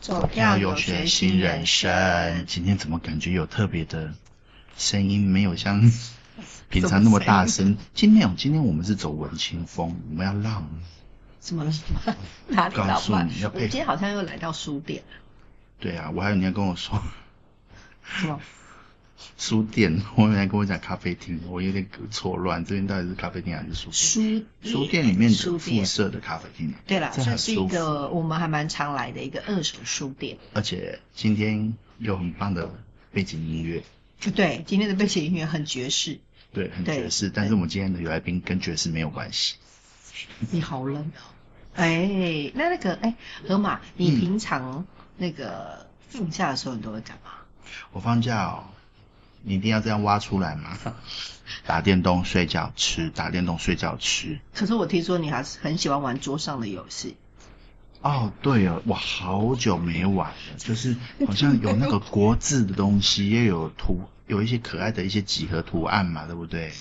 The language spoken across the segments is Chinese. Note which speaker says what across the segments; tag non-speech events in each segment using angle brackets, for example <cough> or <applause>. Speaker 1: 走票有学新人生。
Speaker 2: 今天怎么感觉有特别的声音？没有像
Speaker 1: <laughs>
Speaker 2: 平常那么大声。今天有，今天我们是走文青风，我们要浪。
Speaker 1: 什么老板？哪里
Speaker 2: 告
Speaker 1: 老
Speaker 2: 诉
Speaker 1: 板
Speaker 2: 你要？
Speaker 1: 我
Speaker 2: 配
Speaker 1: 今天好像又来到书店，
Speaker 2: 对啊，我还有你要跟我说 <laughs>
Speaker 1: 是吗？
Speaker 2: 书店，我还跟我讲咖啡厅，我有点错乱，这边到底是咖啡厅还是书店？
Speaker 1: 书
Speaker 2: 书店里面
Speaker 1: 书
Speaker 2: 的附
Speaker 1: 店。
Speaker 2: 设的咖啡厅。
Speaker 1: 对啦，
Speaker 2: 这
Speaker 1: 算
Speaker 2: 很
Speaker 1: 是一
Speaker 2: 舒服
Speaker 1: 个我们还蛮常来的一个二手书店。
Speaker 2: 而且今天有很棒的背景音乐，
Speaker 1: 对，今天的背景音乐很爵士。
Speaker 2: 对，很
Speaker 1: 对
Speaker 2: 爵士。但是我们今天的来宾跟爵士没有关系。
Speaker 1: 你好冷哦。哎，那那个哎，河马，你
Speaker 2: 嗯
Speaker 1: 平常那个放假的时候你都会干嘛？
Speaker 2: 我放假哦，你一定要这样挖出来吗？打电动、睡觉、吃，打电动、睡觉、吃。
Speaker 1: 可是我听说你还是很喜欢玩桌上的游戏，
Speaker 2: 哦，对哦，我好久没玩了，就是好像有那个国字的东西，也有图，有一些可爱的一些几何图案嘛，对不对？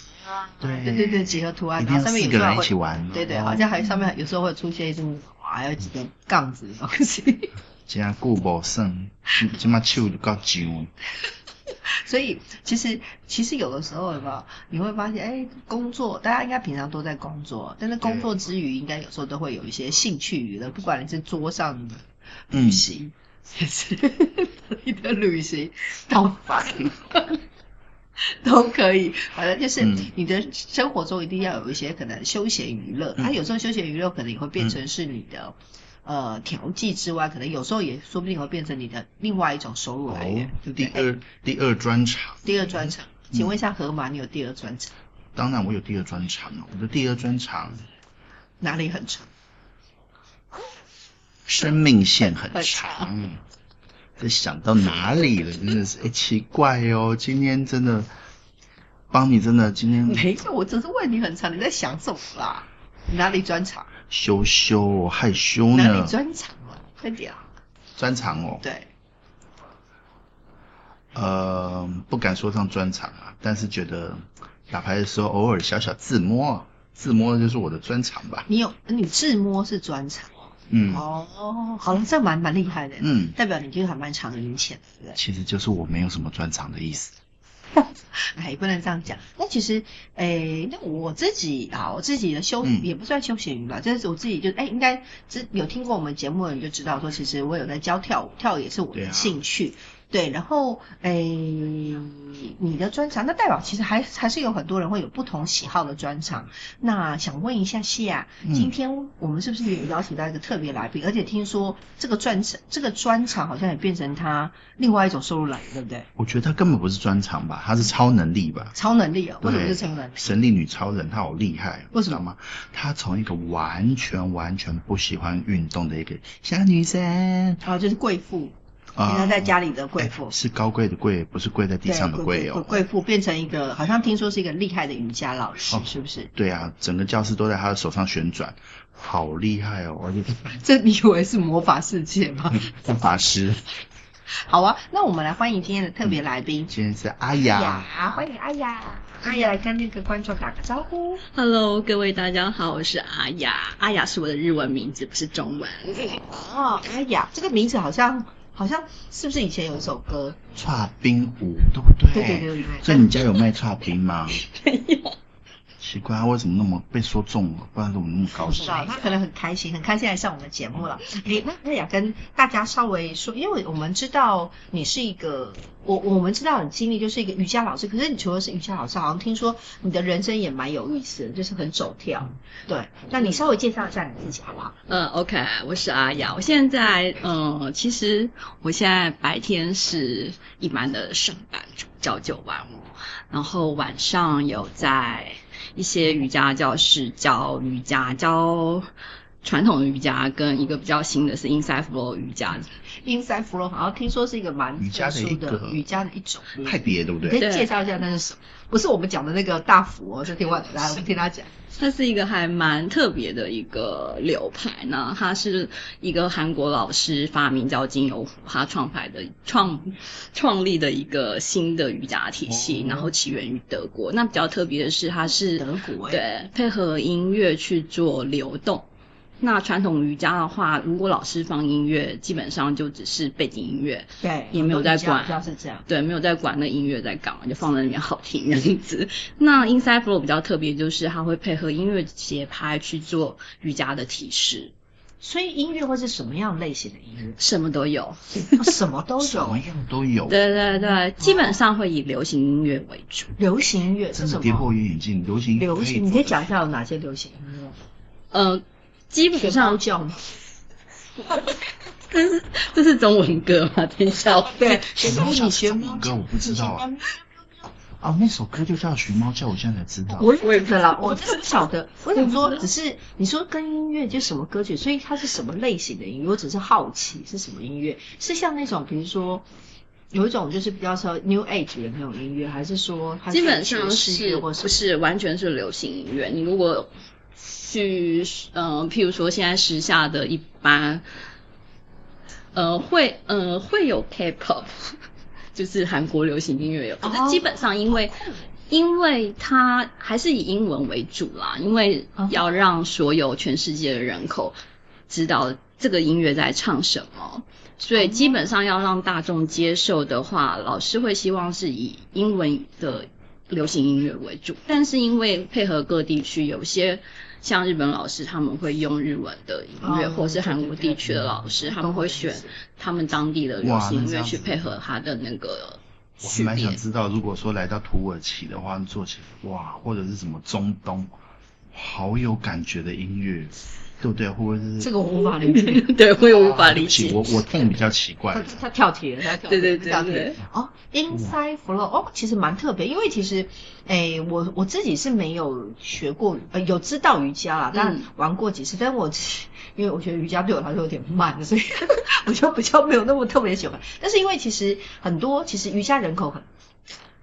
Speaker 2: 对
Speaker 1: 对对对，几何图案，
Speaker 2: 一
Speaker 1: 然后
Speaker 2: 定要
Speaker 1: 上面
Speaker 2: 四
Speaker 1: 有时
Speaker 2: 个
Speaker 1: 候
Speaker 2: 人
Speaker 1: 还
Speaker 2: 一起
Speaker 1: 会，
Speaker 2: 玩。
Speaker 1: 对对，
Speaker 2: 哦
Speaker 1: 好像还上面有时候会出现一只还有几个杠子的东西，
Speaker 2: 这样顾不胜，这么手就够上。
Speaker 1: 所以其实其实有的时候有没有你会发现，哎，工作大家应该平常都在工作，但是工作之余应该有时候都会有一些兴趣娱乐，不管你是桌上的旅
Speaker 2: 嗯，
Speaker 1: 行，还是 <laughs> 你的旅行到访。 <laughs> 都可以，反正就是
Speaker 2: 嗯
Speaker 1: 你的生活中一定要有一些可能休闲娱乐。它、
Speaker 2: 嗯
Speaker 1: 有时候休闲娱乐可能也会变成是你的、呃调剂之外，可能有时候也说不定会变成你的另外一种收入来源，对不
Speaker 2: 哦第
Speaker 1: 对？
Speaker 2: 二第二专场，
Speaker 1: 第二专场，
Speaker 2: 嗯
Speaker 1: 请问一下河马，你有第二专场
Speaker 2: 当然我有第二专场哦，我的第二专场
Speaker 1: 哪里很长？
Speaker 2: 生命线很
Speaker 1: 很
Speaker 2: 长。这想到哪里
Speaker 1: <laughs>
Speaker 2: 了？真的是，哎、奇怪哦，今天真的，帮你真的
Speaker 1: <laughs>
Speaker 2: 今天
Speaker 1: 没有，我只是问你很长，你在想什么啦？哪里专场？
Speaker 2: 羞羞害羞
Speaker 1: 哪里
Speaker 2: 呢。
Speaker 1: 专场啊？快点啊！
Speaker 2: 专场哦，
Speaker 1: 对，
Speaker 2: 呃，不敢说上专场啊，但是觉得打牌的时候偶尔小小自摸，自摸就是我的专场吧。
Speaker 1: 你有你自摸是专场哦。
Speaker 2: 嗯
Speaker 1: 哦，好了，这蛮蛮厉害的，
Speaker 2: 嗯，
Speaker 1: 代表你就是还蛮常赢钱的，对不对？
Speaker 2: 其实就是我没有什么专场的意思。
Speaker 1: <laughs> 哎，不能这样讲。那其实，哎，那我自己啊，我自己的休、
Speaker 2: 嗯
Speaker 1: 也不算休闲娱乐，就是我自己就哎，应该之有听过我们节目的人就知道说，其实我有在教跳舞，跳舞也是我
Speaker 2: 对啊
Speaker 1: 的兴趣。对，然后诶，你的专长，那代表其实还还是有很多人会有不同喜好的专长。那想问一下谢啊，
Speaker 2: 嗯
Speaker 1: 今天我们是不是也邀请到一个特别来宾？而且听说这个专场，这个专场好像也变成他另外一种收入来源，对不对？
Speaker 2: 我觉得他根本不是专场吧，他是超能力吧。
Speaker 1: 超能力啊、为什么
Speaker 2: 对
Speaker 1: 是超能力？
Speaker 2: 神力女超人她好厉害，
Speaker 1: 为什么
Speaker 2: 知道吗？她从一个完全完全不喜欢运动的一个小女生，
Speaker 1: 啊，就是贵妇，
Speaker 2: 啊
Speaker 1: 平常在家里的贵妇
Speaker 2: 哎，是高贵的贵，不是跪在地
Speaker 1: 对，
Speaker 2: 上的
Speaker 1: 贵
Speaker 2: 哦。
Speaker 1: 贵妇变成一个，好像听说是一个厉害的瑜伽老师
Speaker 2: 哦，
Speaker 1: 是不是？ <laughs>
Speaker 2: 对啊，整个教室都在她的手上旋转，好厉害哦！而且
Speaker 1: 这你以为是魔法世界吗？
Speaker 2: 是法师，
Speaker 1: <laughs> 好啊，那我们来欢迎今天的特别来宾，
Speaker 2: 今天是阿
Speaker 1: 哎
Speaker 2: 雅，
Speaker 1: 呀，欢迎阿雅，阿雅来跟那个观众打个招呼。
Speaker 3: Hello，各位大家好，我是阿雅，阿雅是我的日文名字，不是中文。
Speaker 1: <laughs> 哦，阿雅这个名字好像好像是不是以前有一首歌？
Speaker 2: 串冰舞，对不对？
Speaker 1: 对对对对对
Speaker 2: 所以你家有卖串冰吗？
Speaker 3: 没有，
Speaker 2: 奇怪，她为什么那么被说中了？不然怎么那么高
Speaker 1: 我知
Speaker 2: 兴？
Speaker 1: 道，他可能很开心，很开心来上我们节目了。
Speaker 3: 嗯
Speaker 1: 诶，那那也跟大家稍微说，因为我们知道你是一个，我我们知道你经历就是一个瑜伽老师，可是你除了是瑜伽老师，好像听说你的人生也蛮有意思的，就是很走跳。
Speaker 3: 嗯
Speaker 1: 对，那你稍微介绍一下你自己好不好？
Speaker 3: 呃，OK，我是阿雅，我现在，嗯，其实我现在白天是一般的上班族，朝九晚五，然后晚上有在一些瑜伽教室教瑜伽，教传统瑜伽跟一个比较新的是 Inside Flow 瑜伽，
Speaker 1: Inside Flow 好像听说是一个蛮
Speaker 2: 瑜伽
Speaker 1: 特
Speaker 2: 的
Speaker 1: 殊
Speaker 2: 一
Speaker 1: 的
Speaker 2: 个
Speaker 1: 瑜伽的一种。
Speaker 2: 派别对不
Speaker 1: 你
Speaker 2: 对？
Speaker 1: 可以
Speaker 3: 嗯对
Speaker 1: 介绍一下那是什么？不是我们讲的那个大佛，是另外的。来，我们听他讲。
Speaker 3: 它是一个还蛮特别的一个流派呢，它是一个韩国老师发明叫金油虎，他创派的创创立的一个新的瑜伽体系，
Speaker 2: 哦
Speaker 3: 然后起源于德国。那比较特别的是，它是
Speaker 1: 德国欸
Speaker 3: 对配合音乐去做流动。那传统瑜伽的话，如果老师放音乐，基本上就只是背景音乐，
Speaker 1: 对，
Speaker 3: 也没有在管
Speaker 1: 主要是这样。
Speaker 3: 对，没有在管那音乐在干嘛，就放在那边好听这样子。那 Inside Flow 比较特别，就是它会配合音乐节拍去做瑜伽的提示，
Speaker 1: 所以音乐会是什么样类型的音乐？
Speaker 3: 什么都有。
Speaker 1: 哦什么都
Speaker 2: 什么
Speaker 1: 有，
Speaker 2: 样都有。
Speaker 3: 对对对，基本上会以流行音乐为主。
Speaker 1: 流行音乐是
Speaker 2: 真的
Speaker 1: 什
Speaker 2: 跌破
Speaker 1: 么？
Speaker 2: 我眼镜，流行
Speaker 1: 流行，你
Speaker 2: 可
Speaker 1: 可
Speaker 2: 以
Speaker 1: 以讲一下有哪些流行音乐？
Speaker 3: 呃，基本
Speaker 1: 猫
Speaker 3: 上
Speaker 1: 叫吗？
Speaker 3: 这是这是中文歌 <laughs> 嘛？等一下我，
Speaker 1: 对，
Speaker 2: 学猫叫是中文歌，我不知道啊。啊，那首歌就叫《寻猫叫》，我现在才知道。
Speaker 1: 我也觉得啦，我真的不晓得。我想说，只是你说跟音乐就什么歌曲，所以它是什么类型的音乐？我只是好奇是什么音乐，是像那种比如说有一种就是比较说 New Age 的那种音乐，还是说它
Speaker 3: 基本
Speaker 1: 爵
Speaker 3: 上
Speaker 1: 士
Speaker 3: 是
Speaker 1: 乐或
Speaker 3: 不
Speaker 1: 是
Speaker 3: 是完全是流行音乐？你如果去呃，譬如说现在时下的一般，呃，会呃会有 K-pop，就是韩国流行音乐有，可
Speaker 1: 哦
Speaker 3: 是基本上因为。因为它还是以英文为主啦，因为
Speaker 1: 嗯
Speaker 3: 要让所有全世界的人口知道这个音乐在唱什么，所
Speaker 1: 哦
Speaker 3: 以基本上要让大众接受的话，老师会希望是以英文的流行音乐为主。但是因为配合各地区，有些像日本老师他们会用日文的音乐，
Speaker 1: 哦
Speaker 3: 或是韩国
Speaker 1: 对对对
Speaker 3: 地区的老师他们会选
Speaker 1: 懂我的意思
Speaker 3: 他们当地的流
Speaker 2: 哇
Speaker 3: 行
Speaker 2: 那
Speaker 3: 音
Speaker 2: 这
Speaker 3: 乐
Speaker 2: 样
Speaker 3: 去
Speaker 2: 子
Speaker 3: 配合他的那个
Speaker 2: 我还
Speaker 3: 序
Speaker 2: 蛮想
Speaker 3: 列。
Speaker 2: 知道，如果说来到土耳其的话，做起哇，或者是什么中东，好有感觉的音乐，对不对？会不会是
Speaker 1: 这个我无法理解。
Speaker 3: <laughs> 对，我也无法
Speaker 2: 啊对
Speaker 3: 理
Speaker 2: 不起
Speaker 1: 哦
Speaker 3: 解。
Speaker 2: 我我听比较奇怪
Speaker 1: 他，他跳题了，他跳题了
Speaker 3: 对对对
Speaker 1: 跳题了
Speaker 3: 对
Speaker 1: 哦，inside flow 哦，其实蛮特别，因为其实，诶，我我自己是没有学过，呃，有知道瑜伽啦，但
Speaker 3: 嗯
Speaker 1: 玩过几次，但我 <laughs> 因为我觉得瑜伽对我来说有点慢，所以 <laughs> 我就比较没有那么特别喜欢。但是因为其实很多，其实瑜伽人口很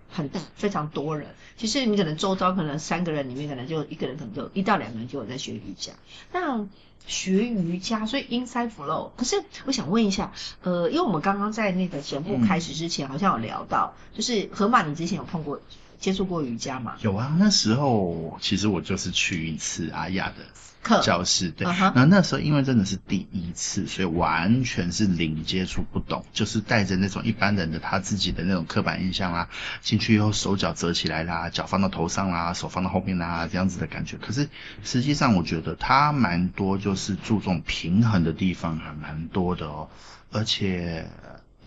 Speaker 1: 很大，非常多人。其实你可能周遭可能三个人里面，可能就一个人，可能就一到两个人就有在学瑜伽。那学瑜伽，所以 inside flow。可是我想问一下，呃，因为我们刚刚在那个节目开始之前，好像有聊到，就是河马，你之前有碰过接触过瑜伽吗？
Speaker 2: 有啊，那时候其实我就是去一次阿雅的
Speaker 1: 课
Speaker 2: 教室，对。
Speaker 1: 嗯哼
Speaker 2: 然后那时候因为真的是第一次，所以完全是零接触，不懂，就是带着那种一般人的他自己的那种刻板印象啦，进去以后手脚折起来啦，脚放到头上啦，手放到后面啦，这样子的感觉。可是实际上我觉得它蛮多，就是注重平衡的地方还蛮多的哦，而且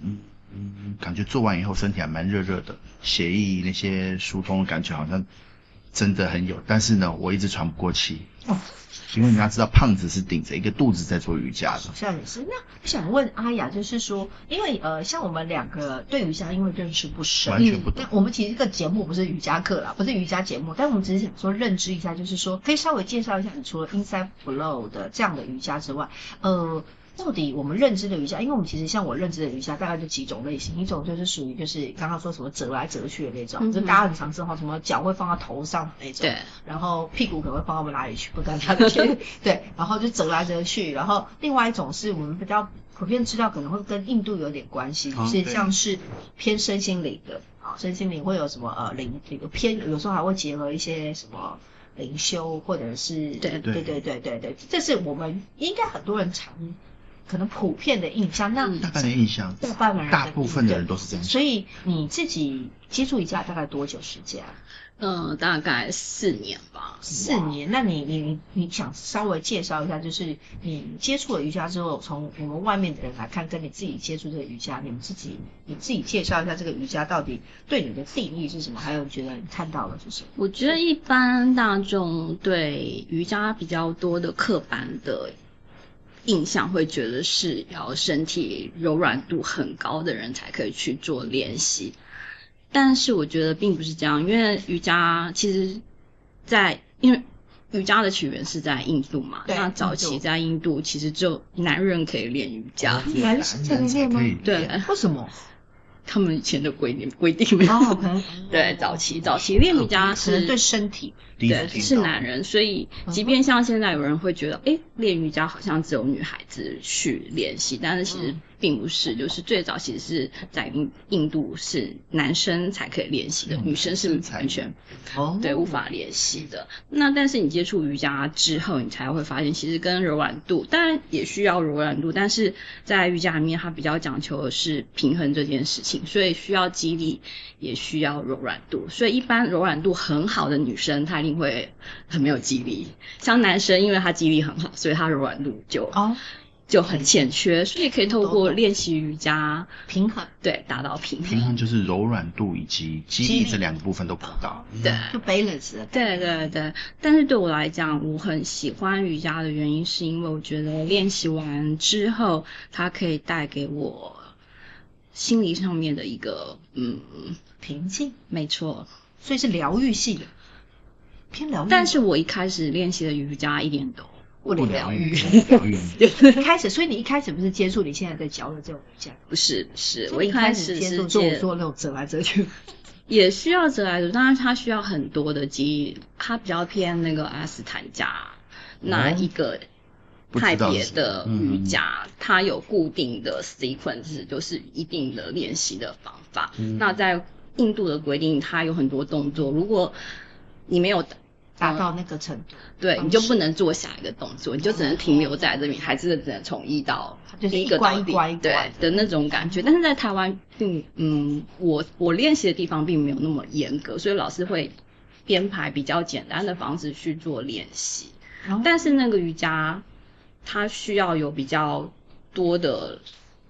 Speaker 2: 嗯。嗯，感觉做完以后身体还蛮热热的，血液那些疏通的感觉好像真的很有，但是呢，我一直喘不过气。因为你要知道，胖子是顶着一个肚子在做瑜伽的
Speaker 1: 好。像也是。那我想问阿雅，就是说，因为呃，像我们两个对瑜伽因为认识不深，
Speaker 2: 完全不懂
Speaker 1: 嗯那我们其实这个节目不是瑜伽课啦，不是瑜伽节目，但我们只是想说认知一下，就是说可以稍微介绍一下，你除了 Inside Flow 的这样的瑜伽之外，呃。到底我们认知的瑜伽，因为我们其实像我认知的瑜伽，大概就几种类型，一种就是属于就是刚刚说什么折来折去的那种，
Speaker 3: 嗯哼
Speaker 1: 就大家很常知道什么脚会放到头上的那种，
Speaker 3: 对，
Speaker 1: 然后屁股可能会放到我们哪里去，不干他的
Speaker 3: <laughs>
Speaker 1: 去，对，然后就折来折去，然后另外一种是我们比较普遍知道，可能会跟印度有点关系，就
Speaker 2: 哦
Speaker 1: 是
Speaker 2: 对
Speaker 1: 像是偏身心灵的，啊，身心灵会有什么呃灵有偏，有时候还会结合一些什么。灵修或者是
Speaker 3: 对
Speaker 1: 对
Speaker 2: 对
Speaker 1: 对对对对，这是我们应该很多人常可能普遍的印象。那
Speaker 3: 嗯
Speaker 2: 大概的印象，
Speaker 1: 大半人
Speaker 2: 大部分的人都是这样。
Speaker 1: 所以你自己接触瑜伽大概多久时间啊？
Speaker 3: 嗯、大概四年吧。
Speaker 1: 四年，那你你你你想稍微介绍一下，就是你接触了瑜伽之后，从我们外面的人来看，跟你自己接触这个瑜伽，你们自己你自己介绍一下这个瑜伽到底对你的定义是什么？还有你觉得你看到了是什么？
Speaker 3: 我觉得一般大众对瑜伽比较多的刻板的印象，会觉得是要身体柔软度很高的人才可以去做练习。但是我觉得并不是这样，因为瑜伽其实在因为瑜伽的起源是在印度嘛，
Speaker 1: 对
Speaker 3: 那早
Speaker 1: 印
Speaker 3: 期
Speaker 1: 度
Speaker 3: 在印度其实只有男人可以练瑜
Speaker 1: <laughs>
Speaker 3: 伽，
Speaker 1: 男生才能练吗
Speaker 2: 可以
Speaker 3: 对
Speaker 1: 为什么？
Speaker 3: 他们以前的规定规定没有。 <laughs>
Speaker 1: 哦，可能
Speaker 3: 对，早期早期练瑜伽
Speaker 1: 可能
Speaker 3: 是
Speaker 1: 对身体
Speaker 2: 第一次
Speaker 3: 对，
Speaker 2: 听
Speaker 3: 是
Speaker 2: 到
Speaker 3: 男人，所以
Speaker 1: 嗯
Speaker 3: 即便像现在有人会觉得，哎，练瑜伽好像只有女孩子去练习，但是其实
Speaker 1: 嗯
Speaker 3: 并不是，就是最早其实是在印印度是男生才可以练习的，
Speaker 2: 嗯
Speaker 3: 女生是
Speaker 2: 男生才
Speaker 3: 完全
Speaker 1: 哦
Speaker 3: 对无法练习的。那但是你接触瑜伽之后，你才会发现，其实跟柔软度，当然也需要柔软度，但是在瑜伽里面，它比较讲求的是平衡这件事情，所以需要肌力，也需要柔软度。所以一般柔软度很好的女生，她一定会很没有肌力；像男生，因为他肌力很好，所以他柔软度就、
Speaker 1: 哦，
Speaker 3: 就很欠缺。所以可以透
Speaker 1: 懂
Speaker 3: 过练习瑜伽，
Speaker 1: 平衡
Speaker 3: 对达到平
Speaker 2: 平
Speaker 3: 衡。
Speaker 2: 衡就是柔软度以及肌
Speaker 1: 肌
Speaker 2: 力
Speaker 1: 力
Speaker 2: 这两个部分都补到。
Speaker 3: 对。
Speaker 1: 就 balance 了。
Speaker 3: 对对对，但是对我来讲，我很喜欢瑜伽的原因，是因为我觉得练习完之后，它可以带给我心理上面的一个，嗯，
Speaker 1: 平静，
Speaker 3: 没错。
Speaker 1: 所以是疗愈系的，偏疗愈。
Speaker 3: 但是我一开始练习的瑜伽一点都
Speaker 1: 不
Speaker 2: 不
Speaker 1: 疗
Speaker 2: 疗愈
Speaker 1: 愈，，
Speaker 2: 疗愈。
Speaker 1: 一 <laughs> 开始，所以你一开始不是接触你现在在教的这种瑜伽，
Speaker 3: 不是，不是，
Speaker 1: 所
Speaker 3: 我
Speaker 1: 以
Speaker 3: 一
Speaker 1: 你开
Speaker 3: 始
Speaker 1: 接
Speaker 3: 是
Speaker 1: 触做
Speaker 3: 接
Speaker 1: 做那种折来折去，
Speaker 3: 也需要折来折，当然它需要很多的肌，它比较偏那个阿斯坦加那一个
Speaker 2: 不
Speaker 3: 派
Speaker 2: 知道
Speaker 3: 别
Speaker 2: 是
Speaker 3: 的瑜伽，它有固定的 sequence，就是一定的练习的方法。
Speaker 2: 嗯
Speaker 3: 那在印度的规定，它有很多动作，如果你没有
Speaker 1: 达到那个程度，
Speaker 3: 对，
Speaker 1: 方
Speaker 3: 你就
Speaker 1: 式
Speaker 3: 不能做下一个动作，你就只能停留在这里，还是只能从一到
Speaker 1: 就是
Speaker 3: 第
Speaker 1: 一
Speaker 3: 个
Speaker 1: 关
Speaker 3: 到
Speaker 1: 一
Speaker 3: 底
Speaker 1: 关一
Speaker 3: 对
Speaker 1: 关嗯
Speaker 3: 的那种感觉。但是在台湾并嗯，我我练习的地方并没有那么严格，所以老师会编排比较简单的方式去做练习。
Speaker 1: 然后
Speaker 3: 但是那个瑜伽，它需要有比较多的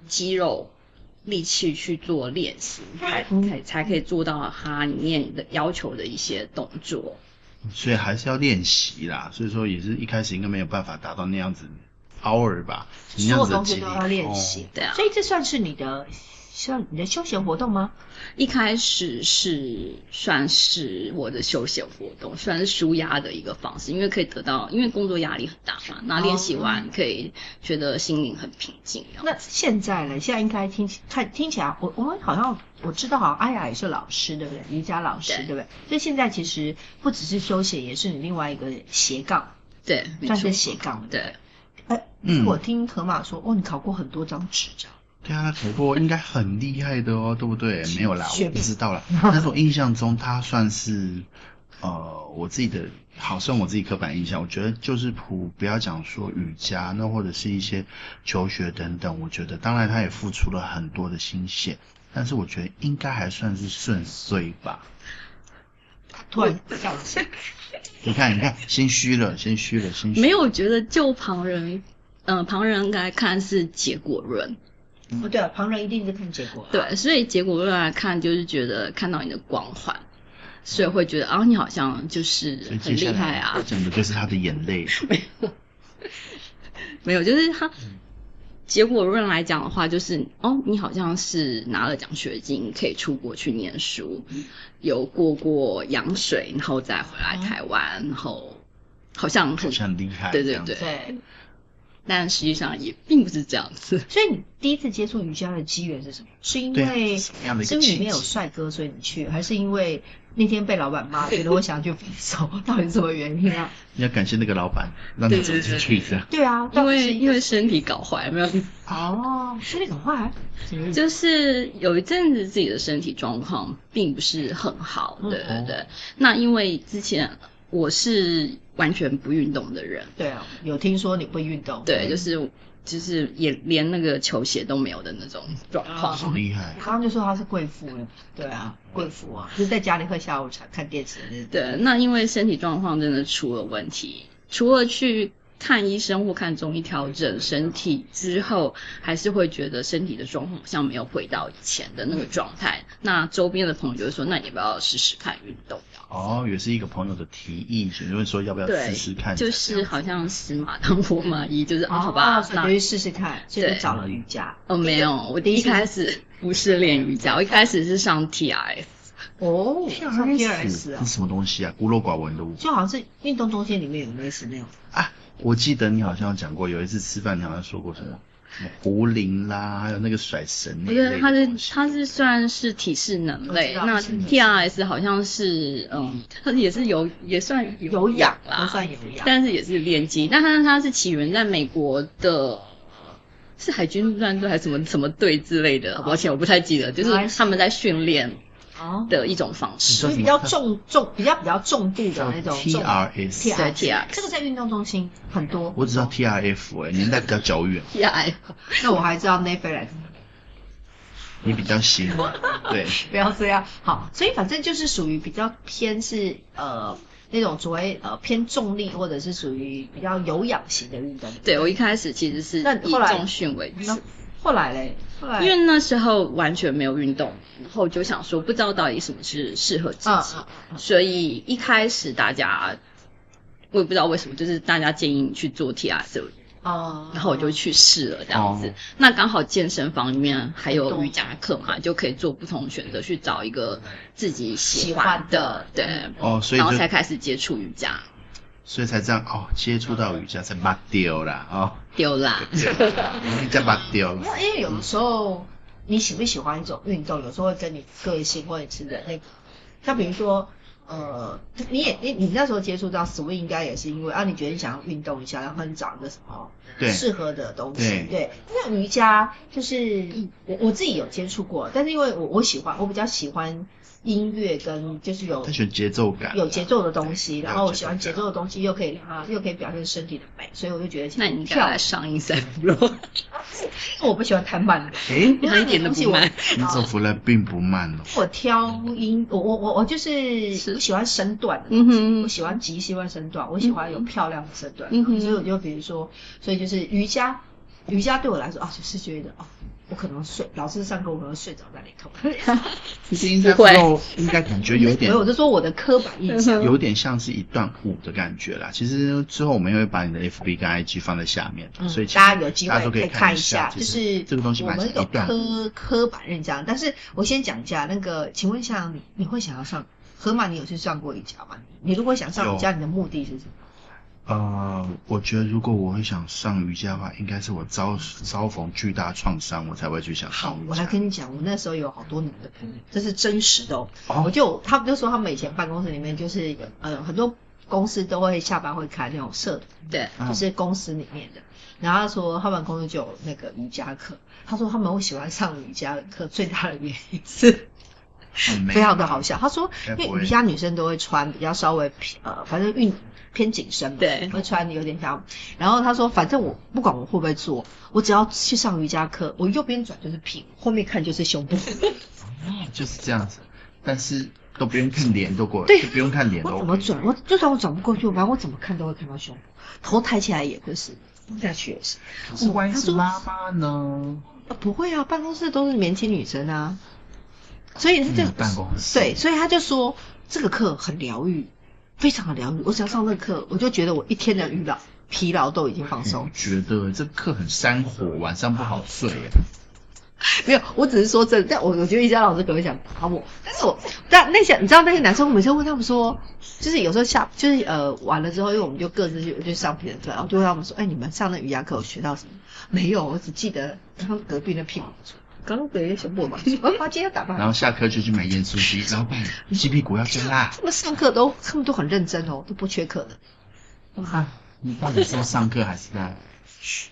Speaker 3: 肌肉力气去做练习，才
Speaker 1: 嗯
Speaker 3: 才才可以做到它里面的要求的一些动作。
Speaker 2: <laughs> 所以还是要练习啦。所以说也是一开始应该没有办法达到那样子 hour 吧，
Speaker 1: 所
Speaker 2: 那样
Speaker 1: 有
Speaker 2: 子的
Speaker 1: 东
Speaker 2: 肌
Speaker 1: 西
Speaker 2: 力
Speaker 1: 都要练习，
Speaker 2: 哦
Speaker 3: 对啊
Speaker 1: 所以这算是你的算你的休闲活动吗？
Speaker 3: 一开始是算是我的休闲活动，算是舒压的一个方式，因为可以得到，因为工作压力很大嘛，那练习
Speaker 2: 哦
Speaker 3: 完可以觉得心灵很平静。
Speaker 1: 那现在呢？现在应该听看听起来，哦我我们好像我知道，好像艾雅也是老师，对不对？瑜伽老师，
Speaker 3: 对
Speaker 1: 对不对？所以现在其实不只是休闲，也是你另外一个斜杠，
Speaker 3: 对，没
Speaker 1: 算是
Speaker 3: 错，
Speaker 1: 斜杠的。
Speaker 3: 对，
Speaker 2: 嗯
Speaker 1: 哎我听河马说，哦，你考过很多张执照，
Speaker 2: 对啊，考过应该很厉害的哦，对不对？没有啦，
Speaker 1: 学
Speaker 2: 我不知道啦。但是我印象中他算是，呃，我自己的好算我自己刻板印象，我觉得就是普不要讲说瑜伽，那或者是一些求学等等，我觉得当然他也付出了很多的心血，但是我觉得应该还算是顺遂吧。
Speaker 1: 他突然笑了起来。
Speaker 2: 你看，你看，心虚了，心虚了，心虚了。
Speaker 3: 没有我觉得就旁人，嗯、旁人来看是结果论，
Speaker 1: 哦，对了，旁人一定是看结果。，啊
Speaker 3: 对，所以结果论来看就是觉得看到你的光环，所以会觉得啊，你好像就是
Speaker 2: 所以
Speaker 3: 很
Speaker 2: 接
Speaker 3: 厉
Speaker 2: 下
Speaker 3: 害
Speaker 2: 来
Speaker 3: 啊，
Speaker 2: 讲的就是他的眼泪。
Speaker 3: <laughs> 没有，就是他
Speaker 2: 嗯
Speaker 3: 结果论来讲的话，就是哦，你好像是拿了奖学金，可以出国去念书，
Speaker 2: 嗯
Speaker 3: 有过过洋水，然后再回来台湾，然后好像
Speaker 2: 好
Speaker 3: 很，
Speaker 2: 像很厉害，
Speaker 3: 对
Speaker 2: 这
Speaker 3: 对
Speaker 2: 样子
Speaker 3: 对
Speaker 1: 对。
Speaker 3: 但实际上也并不是这样子。
Speaker 1: 所以你第一次接触瑜伽的机缘是什么？是因
Speaker 2: 对啊
Speaker 1: 为
Speaker 2: 什么样的一
Speaker 1: 是因
Speaker 2: 个
Speaker 1: 为
Speaker 2: 契
Speaker 1: 里面有
Speaker 2: 机？
Speaker 1: 帅哥，所以你去，还是因为那天被老板骂，觉得我想去分手，到底是什么原因啊？
Speaker 2: 你要感谢那个老板，让你
Speaker 3: 对
Speaker 2: 走
Speaker 3: 对
Speaker 2: 进
Speaker 3: 对
Speaker 2: 去的。
Speaker 1: 对啊，
Speaker 3: 因
Speaker 1: 到底是
Speaker 3: 为因为身体搞坏，没有，
Speaker 1: 哦，是那个坏，就
Speaker 3: 就是有一阵子自己的身体状况并不是很好，对对
Speaker 2: 嗯
Speaker 3: 对。那因为之前我是完全不运动的人，
Speaker 1: 对啊，有听说你会运动，
Speaker 3: 对，就是就是也连那个球鞋都没有的那种状况。
Speaker 2: 好厉害
Speaker 1: 我！刚刚就说她是贵妇，对啊，贵妇啊，就是在家里喝下午茶、看电视的
Speaker 3: 对，那因为身体状况真的出了问题，除了去看医生或看中医调整身体之后，还是会觉得身体的状况好像没有回到以前的那个状态。那周边的朋友就会说，那你要不要试试看运动啊？
Speaker 2: 哦，也是一个朋友的提议，询问说要不要
Speaker 3: 对
Speaker 2: 试试看，
Speaker 3: 就是好像死马当活马医，就是哦，好吧，
Speaker 1: 所以
Speaker 3: 那
Speaker 1: 你就去试试看，所以就
Speaker 3: 对
Speaker 1: 找了瑜伽。
Speaker 3: 哦没有，我第一开始不是练瑜伽，我一开始是上 TRF，
Speaker 1: 哦，
Speaker 2: 这样
Speaker 1: 上 P
Speaker 2: 嗯
Speaker 1: R
Speaker 2: 是
Speaker 1: S 啊，
Speaker 2: 什么东西啊？孤陋寡闻的我
Speaker 1: 就好像是运动中心里面有类似那种，
Speaker 2: 啊！我记得你好像有讲过，有一次吃饭你好像说过什么什么壶铃啦，还有那个甩绳那
Speaker 3: 我
Speaker 2: 一
Speaker 3: 觉
Speaker 2: 类
Speaker 3: 得它
Speaker 2: 的
Speaker 3: 是
Speaker 2: 东西
Speaker 3: 它是算是体适能
Speaker 1: 我
Speaker 3: 类，
Speaker 1: 知道
Speaker 3: 那
Speaker 1: 体适能
Speaker 3: TRS 好像是嗯，它也是有也算有氧
Speaker 1: 都
Speaker 3: 啦，
Speaker 1: 算有氧。
Speaker 3: 但是也是练肌。但它它是起源在美国的，是海军陆战队还是什么什么队之类的，
Speaker 1: 哦
Speaker 3: 抱歉我不太记得，就
Speaker 1: 没关
Speaker 3: 是
Speaker 1: 系
Speaker 3: 他们在训练
Speaker 1: 哦，
Speaker 3: 的一种方式。
Speaker 1: 所以比较重重比较比较重度的那种重
Speaker 2: TRS，
Speaker 1: TRS
Speaker 3: 对 T R
Speaker 1: 这个在运动中心很多。
Speaker 2: 我只知道 TRF，哎、年代比较久远，
Speaker 3: <laughs> T I
Speaker 1: 那我还知道 n e f e l
Speaker 2: 你比较
Speaker 3: <laughs>
Speaker 2: 新，对，
Speaker 1: 不要这样。好，所以反正就是属于比较偏是呃那种所谓呃偏重力或者是属于比较有氧型的运动。
Speaker 3: 对我一开始其实是
Speaker 1: 那
Speaker 3: 以
Speaker 1: 后来
Speaker 3: 重训为主
Speaker 1: 那。后来嘞，后来
Speaker 3: 因为那时候完全没有运动，然后就想说不知道到底什么是适合自
Speaker 1: 嗯
Speaker 3: 己，
Speaker 1: 嗯嗯
Speaker 3: 所以一开始大家我也不知道为什么，就是大家建议你去做 T R S，
Speaker 1: 哦，
Speaker 3: 然后我就去试了这样子。
Speaker 2: 哦
Speaker 3: 那刚好健身房里面还有
Speaker 1: 懂
Speaker 3: 瑜伽课嘛，就可以做不同的选择，去找一个自己喜
Speaker 1: 喜
Speaker 3: 欢
Speaker 1: 欢
Speaker 3: 的
Speaker 1: 的，
Speaker 3: 对，
Speaker 2: 哦，所以
Speaker 3: 然后
Speaker 2: 就
Speaker 3: 才开始接触瑜伽。
Speaker 2: 所以才这样哦，接触到瑜伽才拔掉啦哦，
Speaker 3: 丢啦，嗯
Speaker 2: 你才拔掉
Speaker 1: 因啊为因为有的时候你喜不喜欢一种运动，有时候会跟你个性或者是人类，像比如说。呃，你也你你那时候接触到 swing 应该也是因为啊，你觉得你想要运动一下，然后你找一个什么
Speaker 2: 对
Speaker 1: 适合的东
Speaker 2: 对
Speaker 1: 西。对，那瑜伽就是我我自己有接触过，但是因为我我喜欢，我比较喜欢音乐跟就是有
Speaker 2: 他选节奏感，啊
Speaker 1: 有节奏的东西，然后我喜欢节
Speaker 2: 感
Speaker 1: 奏的东西，又可以让它又可以表现身体的美，所以我就觉得其
Speaker 3: 那
Speaker 1: 实
Speaker 3: 你应该
Speaker 1: 跳
Speaker 3: 来上一三 pro，
Speaker 1: 我不喜欢太慢的。
Speaker 2: 诶，
Speaker 3: 他一点都不慢。
Speaker 2: 你走回来并不慢哦，
Speaker 1: 我挑音，我我我我就是
Speaker 3: 是
Speaker 1: 我喜欢身段的，
Speaker 3: 嗯哼
Speaker 1: 我喜欢极喜欢身段，我喜欢有漂亮的身段，
Speaker 3: 嗯哼
Speaker 1: 所以我就比如说，所以就是瑜伽，瑜伽对我来说啊，就是觉得哦，我可能睡，老师上课我可能睡着在里
Speaker 3: <laughs>
Speaker 1: 头，
Speaker 2: 其实应该
Speaker 3: 不会
Speaker 2: 够应该感觉有
Speaker 1: 所以
Speaker 2: 点
Speaker 1: 我就说我的刻板印象，
Speaker 2: 有点像是一段舞的感觉啦。其实之后我们也会把你的 FB 跟 IG 放在下面，
Speaker 1: 嗯
Speaker 2: 所以其实
Speaker 1: 大家有机
Speaker 2: 大家
Speaker 1: 会
Speaker 2: 都可以
Speaker 1: 以
Speaker 2: 看
Speaker 1: 看一下，
Speaker 2: 其
Speaker 1: 就
Speaker 2: 实
Speaker 1: 是
Speaker 2: 这个东西
Speaker 1: 我
Speaker 2: 蛮像
Speaker 1: 们有
Speaker 2: 一段舞。
Speaker 1: 刻刻板印象，啊但是我先讲一下那个，请问一下，你你会想要上河马？你有去上过瑜伽吗？你如果想上瑜伽，你的目的是什么？
Speaker 2: 呃，我觉得如果我会想上瑜伽的话，应该是我遭遭逢巨大创伤，我才会去想
Speaker 1: 好
Speaker 2: 上，瑜
Speaker 1: 我
Speaker 2: 伽。
Speaker 1: 来跟你讲，我那时候有好多女的朋友，这是真实的哦。
Speaker 2: 哦
Speaker 1: 我就他们就说他们以前办公室里面就是有呃很多公司都会下班会开那种社团，
Speaker 3: 对，
Speaker 2: 嗯
Speaker 1: 就是公司里面的。然后他说他们公司就有那个瑜伽课，他说他们会喜欢上瑜伽的课，最大的原因是
Speaker 2: 很美
Speaker 1: 非常的好笑。他说，
Speaker 2: 该
Speaker 1: 因
Speaker 2: 不
Speaker 1: 为
Speaker 2: 会
Speaker 1: 瑜伽女生都会穿比较稍微偏呃，反正运偏紧身嘛，
Speaker 3: 对
Speaker 1: 会穿有点像。然后他说，反正我不管我会不会做，我只要去上瑜伽课，我右边转就是屁股，后面看就是胸部。
Speaker 2: 就是这样子，但是都不用看脸都过，
Speaker 1: 对
Speaker 2: 就不用看脸都
Speaker 1: 我
Speaker 2: OK。
Speaker 1: 怎么转？我就算我转不过去，反正我怎么看都会看到胸部，头抬起来也会是，放下去也是。
Speaker 2: 可是万一是妈妈呢？
Speaker 1: 啊不会啊，办公室都是年轻女生啊，所以他就、
Speaker 2: 嗯办公室
Speaker 1: 对，所以他就说这个课很疗愈，非常的疗愈。我只要上这个课，我就觉得我一天的疲劳疲劳都已经放松
Speaker 2: 我。觉得这课很山火，晚上不好睡。
Speaker 1: <laughs> 没有，我只是说真的，但我我觉得瑜伽老师可能会想打我，但是我但那些你知道那些男生，我每次问他们说，就是有时候下就是呃完了之后，因为我们就各自去去上别的课，然后就问他们说，哎，你们上那瑜伽课有学到什么？没有，我只记得刚刚隔壁那屁股，刚刚隔壁小布嘛， <laughs> 我把今天打扮
Speaker 2: 然。后下课就去买盐酥
Speaker 1: <laughs>
Speaker 2: 鸡，老板鸡屁股要蒸啦。
Speaker 1: 他们上课都他们都很认真哦，都不缺课的。
Speaker 2: 啊，你到底是上课还是在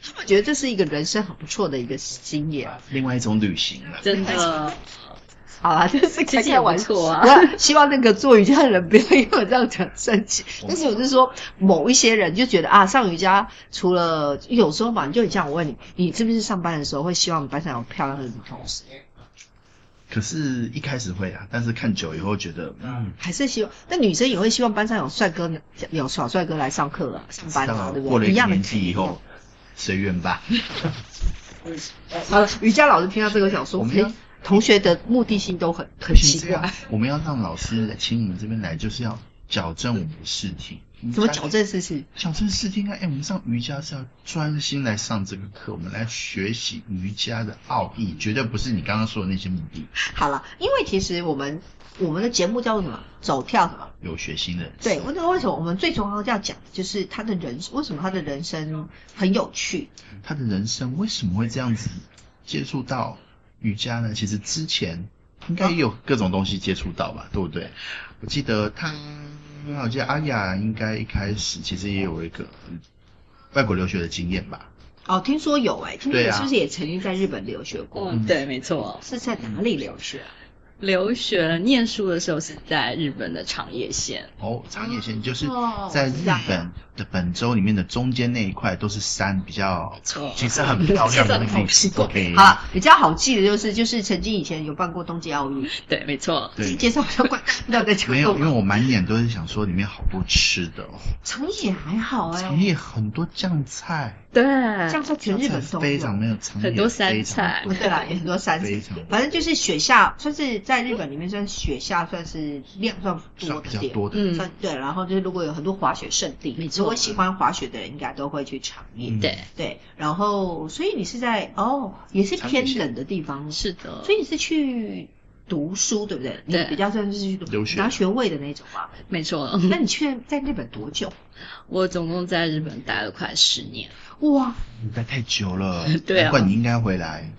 Speaker 1: 他们觉得这是一个人生很不错的一个经验。
Speaker 2: 另外一种旅行了？
Speaker 3: 真的。
Speaker 1: 好啦， <laughs> 这是
Speaker 3: 其
Speaker 1: 开
Speaker 3: 实也
Speaker 1: 开
Speaker 3: 不
Speaker 1: 玩
Speaker 3: 错
Speaker 1: 笑
Speaker 3: 啊
Speaker 1: 我希望那个做瑜伽的人不要因为我这样讲生气。
Speaker 2: <laughs>
Speaker 1: 但是我是说，某一些人就觉得啊，上瑜伽除了有时候嘛，你就很像我问你，你是不是上班的时候会希望你班上有漂亮的女同事，
Speaker 2: 可是一开始会啊，但是看久以后觉得，嗯，
Speaker 1: 还是希望那女生也会希望班上有帅哥、有小帅哥来上课啊、上班啊，
Speaker 2: 到
Speaker 1: 对不
Speaker 2: 过了
Speaker 1: 对？
Speaker 2: 一
Speaker 1: 一
Speaker 2: 个
Speaker 1: 样的
Speaker 2: 年纪
Speaker 1: <laughs>
Speaker 2: 以后，随缘吧。
Speaker 1: 好了，啊瑜伽老师听到这个想说，
Speaker 2: 我
Speaker 1: 我
Speaker 2: 们要
Speaker 1: 们同学的目的性都很很
Speaker 2: 不行
Speaker 1: 奇
Speaker 2: 这
Speaker 1: 怪
Speaker 2: 样。，我们要让老师来请你们这边来，就是要矫正我们的视听。
Speaker 1: 怎么矫正事情？
Speaker 2: 矫正视听啊？哎，我们上瑜伽是要专心来上这个课，我们来学习瑜伽的奥义，绝对不是你刚刚说的那些目的。
Speaker 1: 好了，因为其实我们我们的节目叫做什么？走跳什么？
Speaker 2: 有学心的人，
Speaker 1: 对，我那为什么我们最重要要讲的就是他的人，为什么他的人生很有趣？
Speaker 2: 他的人生为什么会这样子接触到瑜伽呢？其实之前应该也有各种东西接触到吧，对不对？我记得他，我记得阿雅应该一开始其实也有一个嗯外国留学的经验吧，
Speaker 1: 哦，听说有哎、听说
Speaker 2: 对
Speaker 1: 你
Speaker 2: 啊
Speaker 1: 是不是也曾经在日本留学过？
Speaker 3: 嗯，对，没错。
Speaker 1: 是在哪里留学啊？
Speaker 3: 留学念书的时候是在日本的长野县，
Speaker 2: 哦，长野县就是
Speaker 1: 哦
Speaker 2: 在
Speaker 1: 我知
Speaker 2: 日
Speaker 1: 道
Speaker 2: 本的本州里面的中间那一块都是山，比较
Speaker 3: 错
Speaker 2: 其实很漂亮的那
Speaker 1: 其实很
Speaker 2: 地
Speaker 1: 好
Speaker 2: 方。
Speaker 1: 奇
Speaker 2: OK，
Speaker 1: 好了，比较好记的就是，就是曾经以前有办过冬季奥运，
Speaker 3: 对，没错。
Speaker 1: 自己
Speaker 2: 对，
Speaker 1: 介绍一下关 <laughs> 不要再讲
Speaker 2: 没有，因为
Speaker 1: 了
Speaker 2: 我满眼都是想说里面好多吃的哦，
Speaker 1: 长野还好哎、
Speaker 2: 长野很多酱菜，
Speaker 3: 对，
Speaker 1: 这样在全日本都有
Speaker 2: 非常没有长野
Speaker 3: 很多山菜
Speaker 1: 不哦对啦，有很多山，
Speaker 2: 非常
Speaker 1: 反正就是雪下，算是在日本里面算雪下算是量算
Speaker 2: 非
Speaker 1: 多的
Speaker 2: 常算比较
Speaker 1: 点，
Speaker 2: 多的。
Speaker 3: 嗯
Speaker 1: 算，对。然后就是如果有很多滑雪胜地，
Speaker 3: 没错
Speaker 1: 如果喜欢滑雪的人应该都会去长野，
Speaker 2: 嗯
Speaker 3: 对，
Speaker 1: 对。然后所以你是在哦，也是
Speaker 2: 长野
Speaker 1: 偏
Speaker 2: 县
Speaker 1: 冷的地方，
Speaker 3: 是的
Speaker 1: 所，以你是去读书对不对？
Speaker 3: 对
Speaker 1: 你比较算是去读
Speaker 2: 留学
Speaker 1: 拿学位的那种吧。
Speaker 3: 没错。
Speaker 1: 那你去在日本多久？
Speaker 3: <laughs> 我总共在日本待了快十年。，
Speaker 1: 哇
Speaker 2: 你待太久了
Speaker 3: 对啊
Speaker 2: 难怪你应该回来。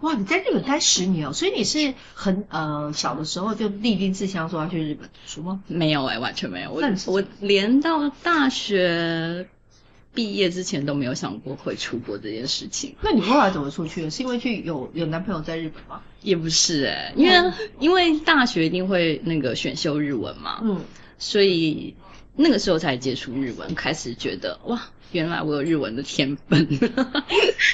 Speaker 1: 哇，你在日本待十年哦，所以你是很呃小的时候就立定志向说要去日本读书吗？
Speaker 3: 没有哎、完全没有。我
Speaker 1: 那你是
Speaker 3: 我连到大学毕业之前都没有想过会出国这件事情，
Speaker 1: 那你后来怎么出去的？是因为去有有男朋友在日本吗？
Speaker 3: 也不是哎、因为、
Speaker 1: 嗯
Speaker 3: 因为大学一定会那个选修日文嘛，
Speaker 1: 嗯，
Speaker 3: 所以那个时候才接触日文，开始觉得哇，原来我有日文的天分。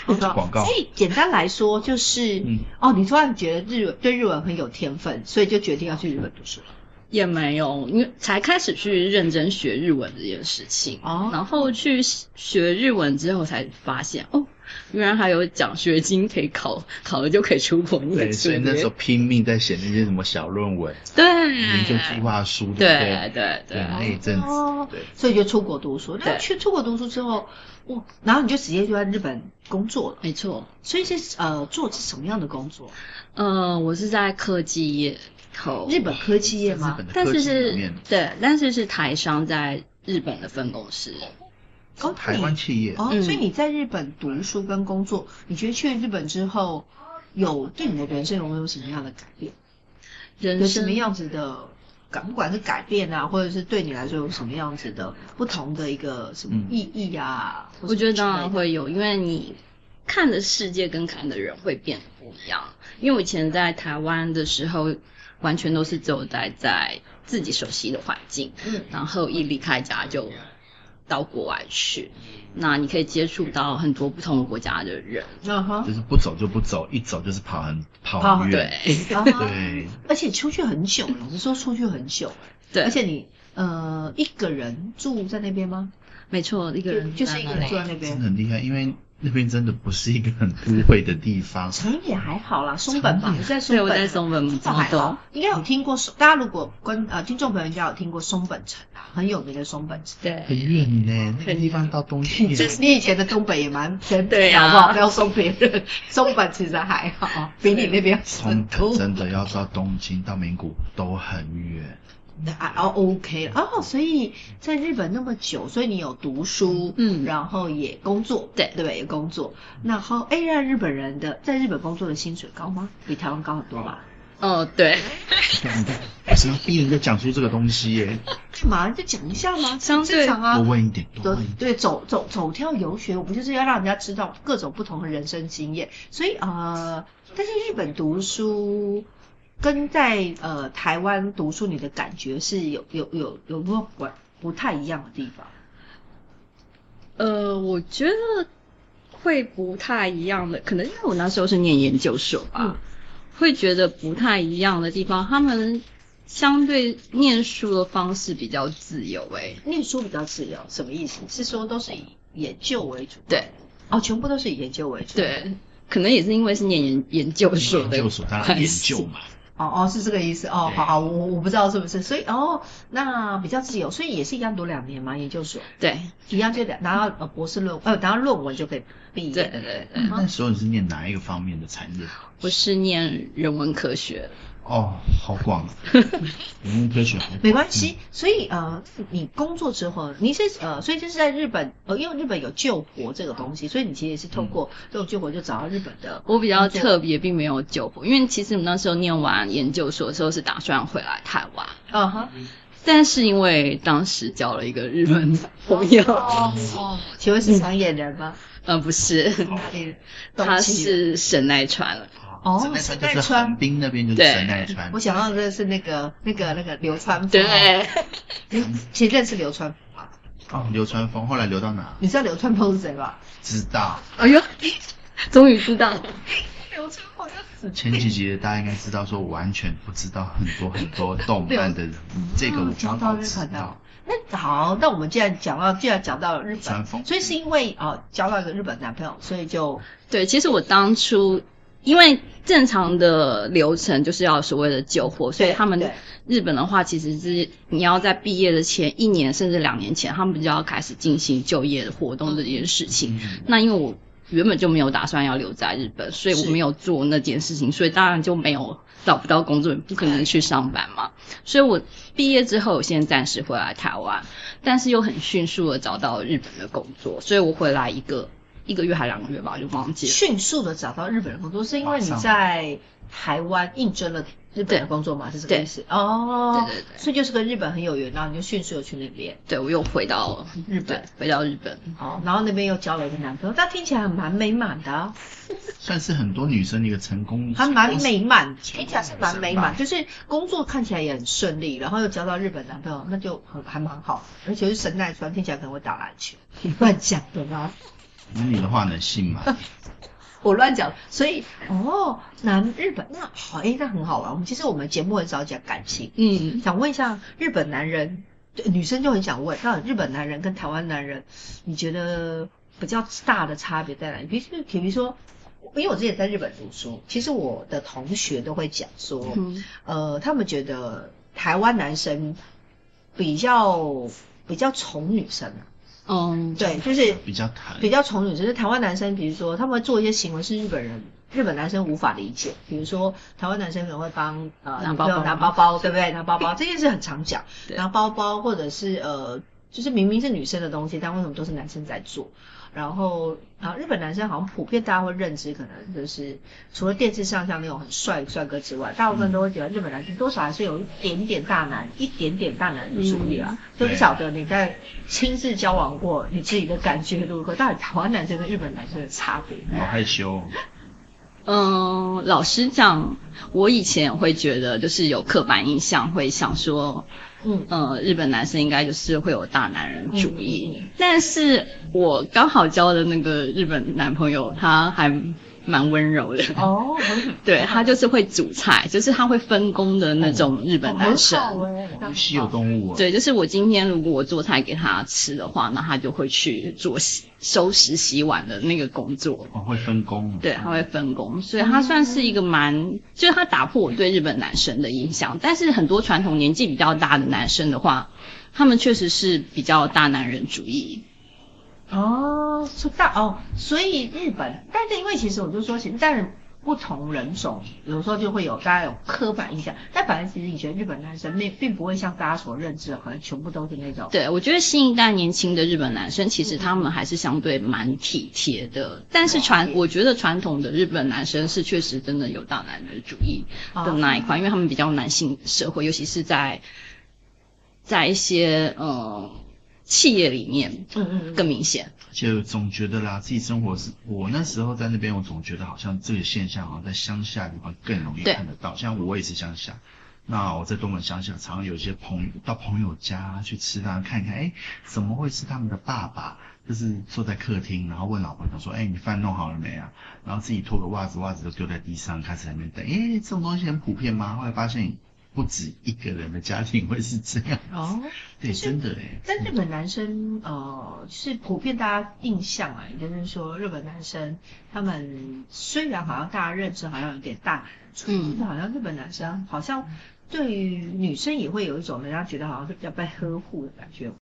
Speaker 1: 我知道
Speaker 2: 广告
Speaker 1: 所以简单来说就是，
Speaker 2: 嗯
Speaker 1: 哦，你突然觉得日文对日文很有天分，所以就决定要去日本读书了。
Speaker 3: 也没有，因为才开始去认真学日文这件事情。
Speaker 1: 哦
Speaker 3: 然后去学日文之后才发现，哦，原来还有奖学金可以考，考了就可以出国念
Speaker 2: 对，
Speaker 3: 书
Speaker 2: 所以
Speaker 3: 耶。
Speaker 2: 那时候拼命在写那些什么小论文、
Speaker 3: 对
Speaker 2: 研究计划书，对不
Speaker 3: 嗯对
Speaker 2: 对？
Speaker 3: 对对
Speaker 2: 对，那一阵
Speaker 1: 哦
Speaker 2: 子，对，
Speaker 1: 所以就出国读书。那
Speaker 3: 对
Speaker 1: 去出国读书之后，哇，然后你就直接就在日本工作了。
Speaker 3: 没错。
Speaker 1: 所以是呃做是什么样的工作？
Speaker 3: 呃，我是在科技业投
Speaker 1: 日，本科技业
Speaker 2: 日
Speaker 1: 吗
Speaker 2: 本？的
Speaker 3: 但
Speaker 2: 科
Speaker 3: 是
Speaker 2: 技里
Speaker 3: 是
Speaker 2: 面，
Speaker 3: 对，但是是台商在日本的分公司。
Speaker 1: 哦
Speaker 2: 台湾企业
Speaker 1: 哦，
Speaker 3: 嗯
Speaker 1: 所以你在日本读书跟工作，你觉得去日本之后有对你的人生有没有什么样的改变？有
Speaker 3: 人
Speaker 1: 什么
Speaker 3: 生
Speaker 1: 样子的改，不管是改变啊，或者是对你来说有什么样子的不同的一个什么
Speaker 2: 嗯
Speaker 1: 意义啊？或
Speaker 3: 我觉得
Speaker 1: 什么之
Speaker 3: 当
Speaker 1: 类
Speaker 3: 然
Speaker 1: 的
Speaker 3: 会有，因为你看的世界跟看的人会变得不一样。因为我以前在台湾的时候，完全都是只有待在自己熟悉的环境，
Speaker 1: 嗯
Speaker 3: 然后一离开家就到国外去。那你可以接触到很多不同国家的人，
Speaker 1: 嗯哼，
Speaker 2: 就是不走就不走，一走就是跑很跑
Speaker 1: 跑
Speaker 2: 很远。
Speaker 3: 对
Speaker 1: 啊哈
Speaker 2: 对，
Speaker 1: 而且出去很久了，老实说出去很久了，
Speaker 3: 对，
Speaker 1: 而且你呃一个人住在那边吗？
Speaker 3: 没错，一个
Speaker 1: 就
Speaker 3: 人
Speaker 1: 就是一个人住在那
Speaker 2: 真
Speaker 1: 边
Speaker 2: 的。很厉害，因为那边真的不是一个很都会的地方。
Speaker 1: 长野还好啦，松本吧，
Speaker 2: 长野
Speaker 1: 你在松
Speaker 3: 对，
Speaker 1: 本，
Speaker 3: 我在松本
Speaker 1: 这还
Speaker 3: 摩
Speaker 1: 好
Speaker 3: 都，，
Speaker 1: 应该有听过松。大家如果观呃听众朋友应该有听过松本城啊，很有名的松本城。
Speaker 3: 对，
Speaker 2: 很远呢，那个地方到东京也 <laughs>
Speaker 1: 就是你以前的东北也蛮偏僻
Speaker 3: 对啊
Speaker 1: 好不好？不要说别人，松本其实还好，比你那边
Speaker 2: 松
Speaker 1: 多
Speaker 2: 本真的要到东京到名古都很远。 <laughs>
Speaker 1: 啊哦 OK 了哦，所以在日本那么久，所以你有读书，
Speaker 3: 嗯
Speaker 1: 然后也工作，
Speaker 3: 对
Speaker 1: 对吧？也工作，然后哎，那日本人的在日本工作的薪水高吗？比台湾高很多吧？
Speaker 3: 哦，对，
Speaker 2: 我只要逼人家讲出这个东西耶，
Speaker 1: 干嘛就讲一下嘛，
Speaker 3: 相对
Speaker 1: 正常啊
Speaker 2: 多。问一点，多
Speaker 1: 走
Speaker 2: 问一点。
Speaker 1: 对走走走跳游学，我们就是要让人家知道各种不同的人生经验。所以呃，但是日本读书跟在呃台湾读书，你的感觉是有有有有没有不不太一样的地方？
Speaker 3: 呃，我觉得会不太一样的，可能因为我那时候是念研究所吧，
Speaker 1: 嗯
Speaker 3: 会觉得不太一样的地方，他们相对念书的方式比较自由、欸，
Speaker 1: 念书比较自由，什么意思？是说都是以研究为主？
Speaker 3: 对
Speaker 1: 哦，全部都是以研究为主。
Speaker 3: 对，可能也是因为是念研研究所的
Speaker 2: 研究所当然
Speaker 3: 关
Speaker 2: 研
Speaker 3: 系
Speaker 2: 究嘛，
Speaker 1: 哦哦，是这个意思哦。
Speaker 2: 对
Speaker 1: 好好，我我我不知道是不是，所以哦，那比较自由，所以也是一样读两年嘛，研究所
Speaker 3: 对
Speaker 1: 一样就两拿到呃博士论呃拿到论文就可以毕业。
Speaker 3: 对对对对，
Speaker 2: 那时候你是念哪一个方面的产业？
Speaker 3: 我是念人文科学，
Speaker 2: 哦，好广，
Speaker 1: <laughs>
Speaker 2: 人文科学好广
Speaker 1: 没关系，所以呃，你工作之后，你是呃，所以就是在日本，呃，因为日本有救活这个东西，所以你其实也是透过这种救活就找到日本的
Speaker 3: 我比较特别，并没有救活，因为其实我那时候念完研究所的时候是打算回来台湾，
Speaker 1: 啊哈
Speaker 3: 但是因为当时交了一个日本朋友，
Speaker 1: 哦哦，请问是长野人吗？
Speaker 3: 呃，不是，
Speaker 1: 嗯，
Speaker 3: 他是神奈川了，
Speaker 1: 哦
Speaker 2: 神奈川
Speaker 1: 神
Speaker 2: 就
Speaker 1: 奈
Speaker 2: 是
Speaker 1: 川
Speaker 2: 横滨那边就是
Speaker 3: 对
Speaker 2: 神奈川
Speaker 1: 我，想到的是那个那个那个流川枫，
Speaker 3: 对，
Speaker 1: 你其实认识流川枫吗？
Speaker 2: 哦，流川枫后来流到哪？
Speaker 1: 你知道流川枫是谁吧？
Speaker 2: 知道，
Speaker 3: 哎呦，终于知道了，
Speaker 1: 流川枫就是
Speaker 2: 前几集的大家应该知道，说我完全不知道很多很多动漫的人物，这个我刚好知道。
Speaker 1: 那好，那我们既然讲到，既然讲到日
Speaker 2: 川
Speaker 1: 本，
Speaker 2: 枫
Speaker 1: 所以是因为哦交到一个日本男朋友，所以就
Speaker 3: 对，其实我当初因为正常的流程就是要所谓的救火，所以他们
Speaker 1: 对
Speaker 3: 日本的话，其实是你要在毕业的前一年甚至两年前，他们就要开始进行就业活动这件事情。
Speaker 2: 嗯
Speaker 3: 那因为我原本就没有打算要留在日本，所以
Speaker 1: 是
Speaker 3: 我没有做那件事情，所以当然就没有找不到工作，也不可能去上班嘛。所以我毕业之后，我先暂时回来台湾，但是又很迅速的找到日本的工作，所以我回来一个一个月还两个月吧，我就忘记了。
Speaker 1: 迅速的找到日本的工作，是因为你在台湾应征了日本的工作嘛？是这个意思哦。
Speaker 3: 对对对
Speaker 1: 所以就是跟日本很有缘，然后你就迅速的去那边
Speaker 3: 对，我又回到
Speaker 1: 日
Speaker 3: 对
Speaker 1: 本，
Speaker 3: 回到日本。
Speaker 1: 哦，然后那边又交了一个男朋友，但听起来蛮美满的、啊，
Speaker 2: 算是很多女生的一个成功，
Speaker 1: 还蛮美满，嗯听起来是蛮美满，
Speaker 2: 是
Speaker 1: 就是工作看起来也很顺利，然后又交到日本男朋友，那就很还蛮好，而且是神奈川，听起来可能会打篮 <laughs> 球，乱讲的吗？
Speaker 2: 那你的话能信吗？
Speaker 1: 我乱讲，所以哦，南日本那好，哎，那很好玩。我们其实我们节目很少讲感情，
Speaker 3: 嗯，
Speaker 1: 想问一下日本男人，对女生就很想问，那日本男人跟台湾男人，你觉得比较大的差别在哪里？比如，比如说，因为我之前在日本读书，其实我的同学都会讲说，
Speaker 3: 嗯
Speaker 1: 呃，他们觉得台湾男生比较比较宠女生啊，
Speaker 3: 嗯，
Speaker 1: 对，就是
Speaker 2: 比较疼
Speaker 1: 比，较宠女，就是台湾男生，比如说他们会做一些行为是日本人。日本男生无法理解，比如说台湾男生可能会帮呃
Speaker 3: 拿
Speaker 1: 女
Speaker 3: 包包
Speaker 1: 朋友拿包包，对不对？拿包包这件事很常讲，
Speaker 3: 对
Speaker 1: 拿包包或者是呃，就是明明是女生的东西，但为什么都是男生在做？然后啊，日本男生好像普遍大家会认知，可能就是除了电视上像那种很帅的帅哥之外，大部分都会觉得日本男生多少还是有一点点大男，一点点大男子主义啦。啊
Speaker 3: 嗯
Speaker 1: 就不晓得你在亲自交往过，你自己的感觉如何？到底台湾男生跟日本男生的差别？
Speaker 2: 好害羞哦。
Speaker 3: 嗯，老实讲，我以前会觉得就是有刻板印象，会想说，
Speaker 1: 嗯，
Speaker 3: 呃，日本男生应该就是会有大男人主义。
Speaker 1: 嗯嗯
Speaker 3: 但是我刚好交的那个日本男朋友，他还蛮温柔的，
Speaker 1: 哦，
Speaker 3: 对他就是会煮菜，就是他会分工的那种日本男
Speaker 1: 哦
Speaker 3: 生。
Speaker 2: 很稀有动物哦，
Speaker 3: 对，就是我今天如果我做菜给他吃的话，那他就会去做洗、收拾、洗碗的那个工作。
Speaker 2: 哦，会分工哦，
Speaker 3: 对，他会分工，所以他算是一个蛮，就是他打破我对日本男生的印象。但是很多传统年纪比较大的男生的话，他们确实是比较大男人主义。
Speaker 1: 哦，说到哦，所以日本，但是因为其实我就说，其实但是不同人种，有时候就会有大家有刻板印象，但反正其实你觉得日本男生并并不会像大家所认知的，可能全部都是那种
Speaker 3: 对，我觉得新一代年轻的日本男生，其实他们还是相对蛮体贴的。但是传，我觉得传统的日本男生是确实真的有大男人主义
Speaker 1: 哦
Speaker 3: 的那一块，因为他们比较男性社会，尤其是在在一些呃企业里面
Speaker 1: 嗯嗯嗯
Speaker 3: 更明显。
Speaker 2: 而且总觉得啦，自己生活是我那时候在那边，我总觉得好像这个现象好像在乡下地方更容易
Speaker 3: 对
Speaker 2: 看得到。像我也是乡下，那我在东门乡下，常常有一些朋友到朋友家去吃饭，看一看，哎，怎么会是他们的爸爸？就是坐在客厅，然后问老婆讲说，哎，你饭弄好了没啊？然后自己脱个袜子，袜子都丢在地上，开始在那边等。哎，这种东西很普遍吗？后来发现不止一个人的家庭会是这样，
Speaker 1: 哦。
Speaker 2: 对，真的哎。
Speaker 1: 但日本男生，呃，就是普遍大家印象啊，也就是说日本男生他们虽然好像大家认知好像有点大男人
Speaker 3: 嗯
Speaker 1: 就好像日本男生好像对于女生也会有一种人家觉得好像是比较被呵护的感觉。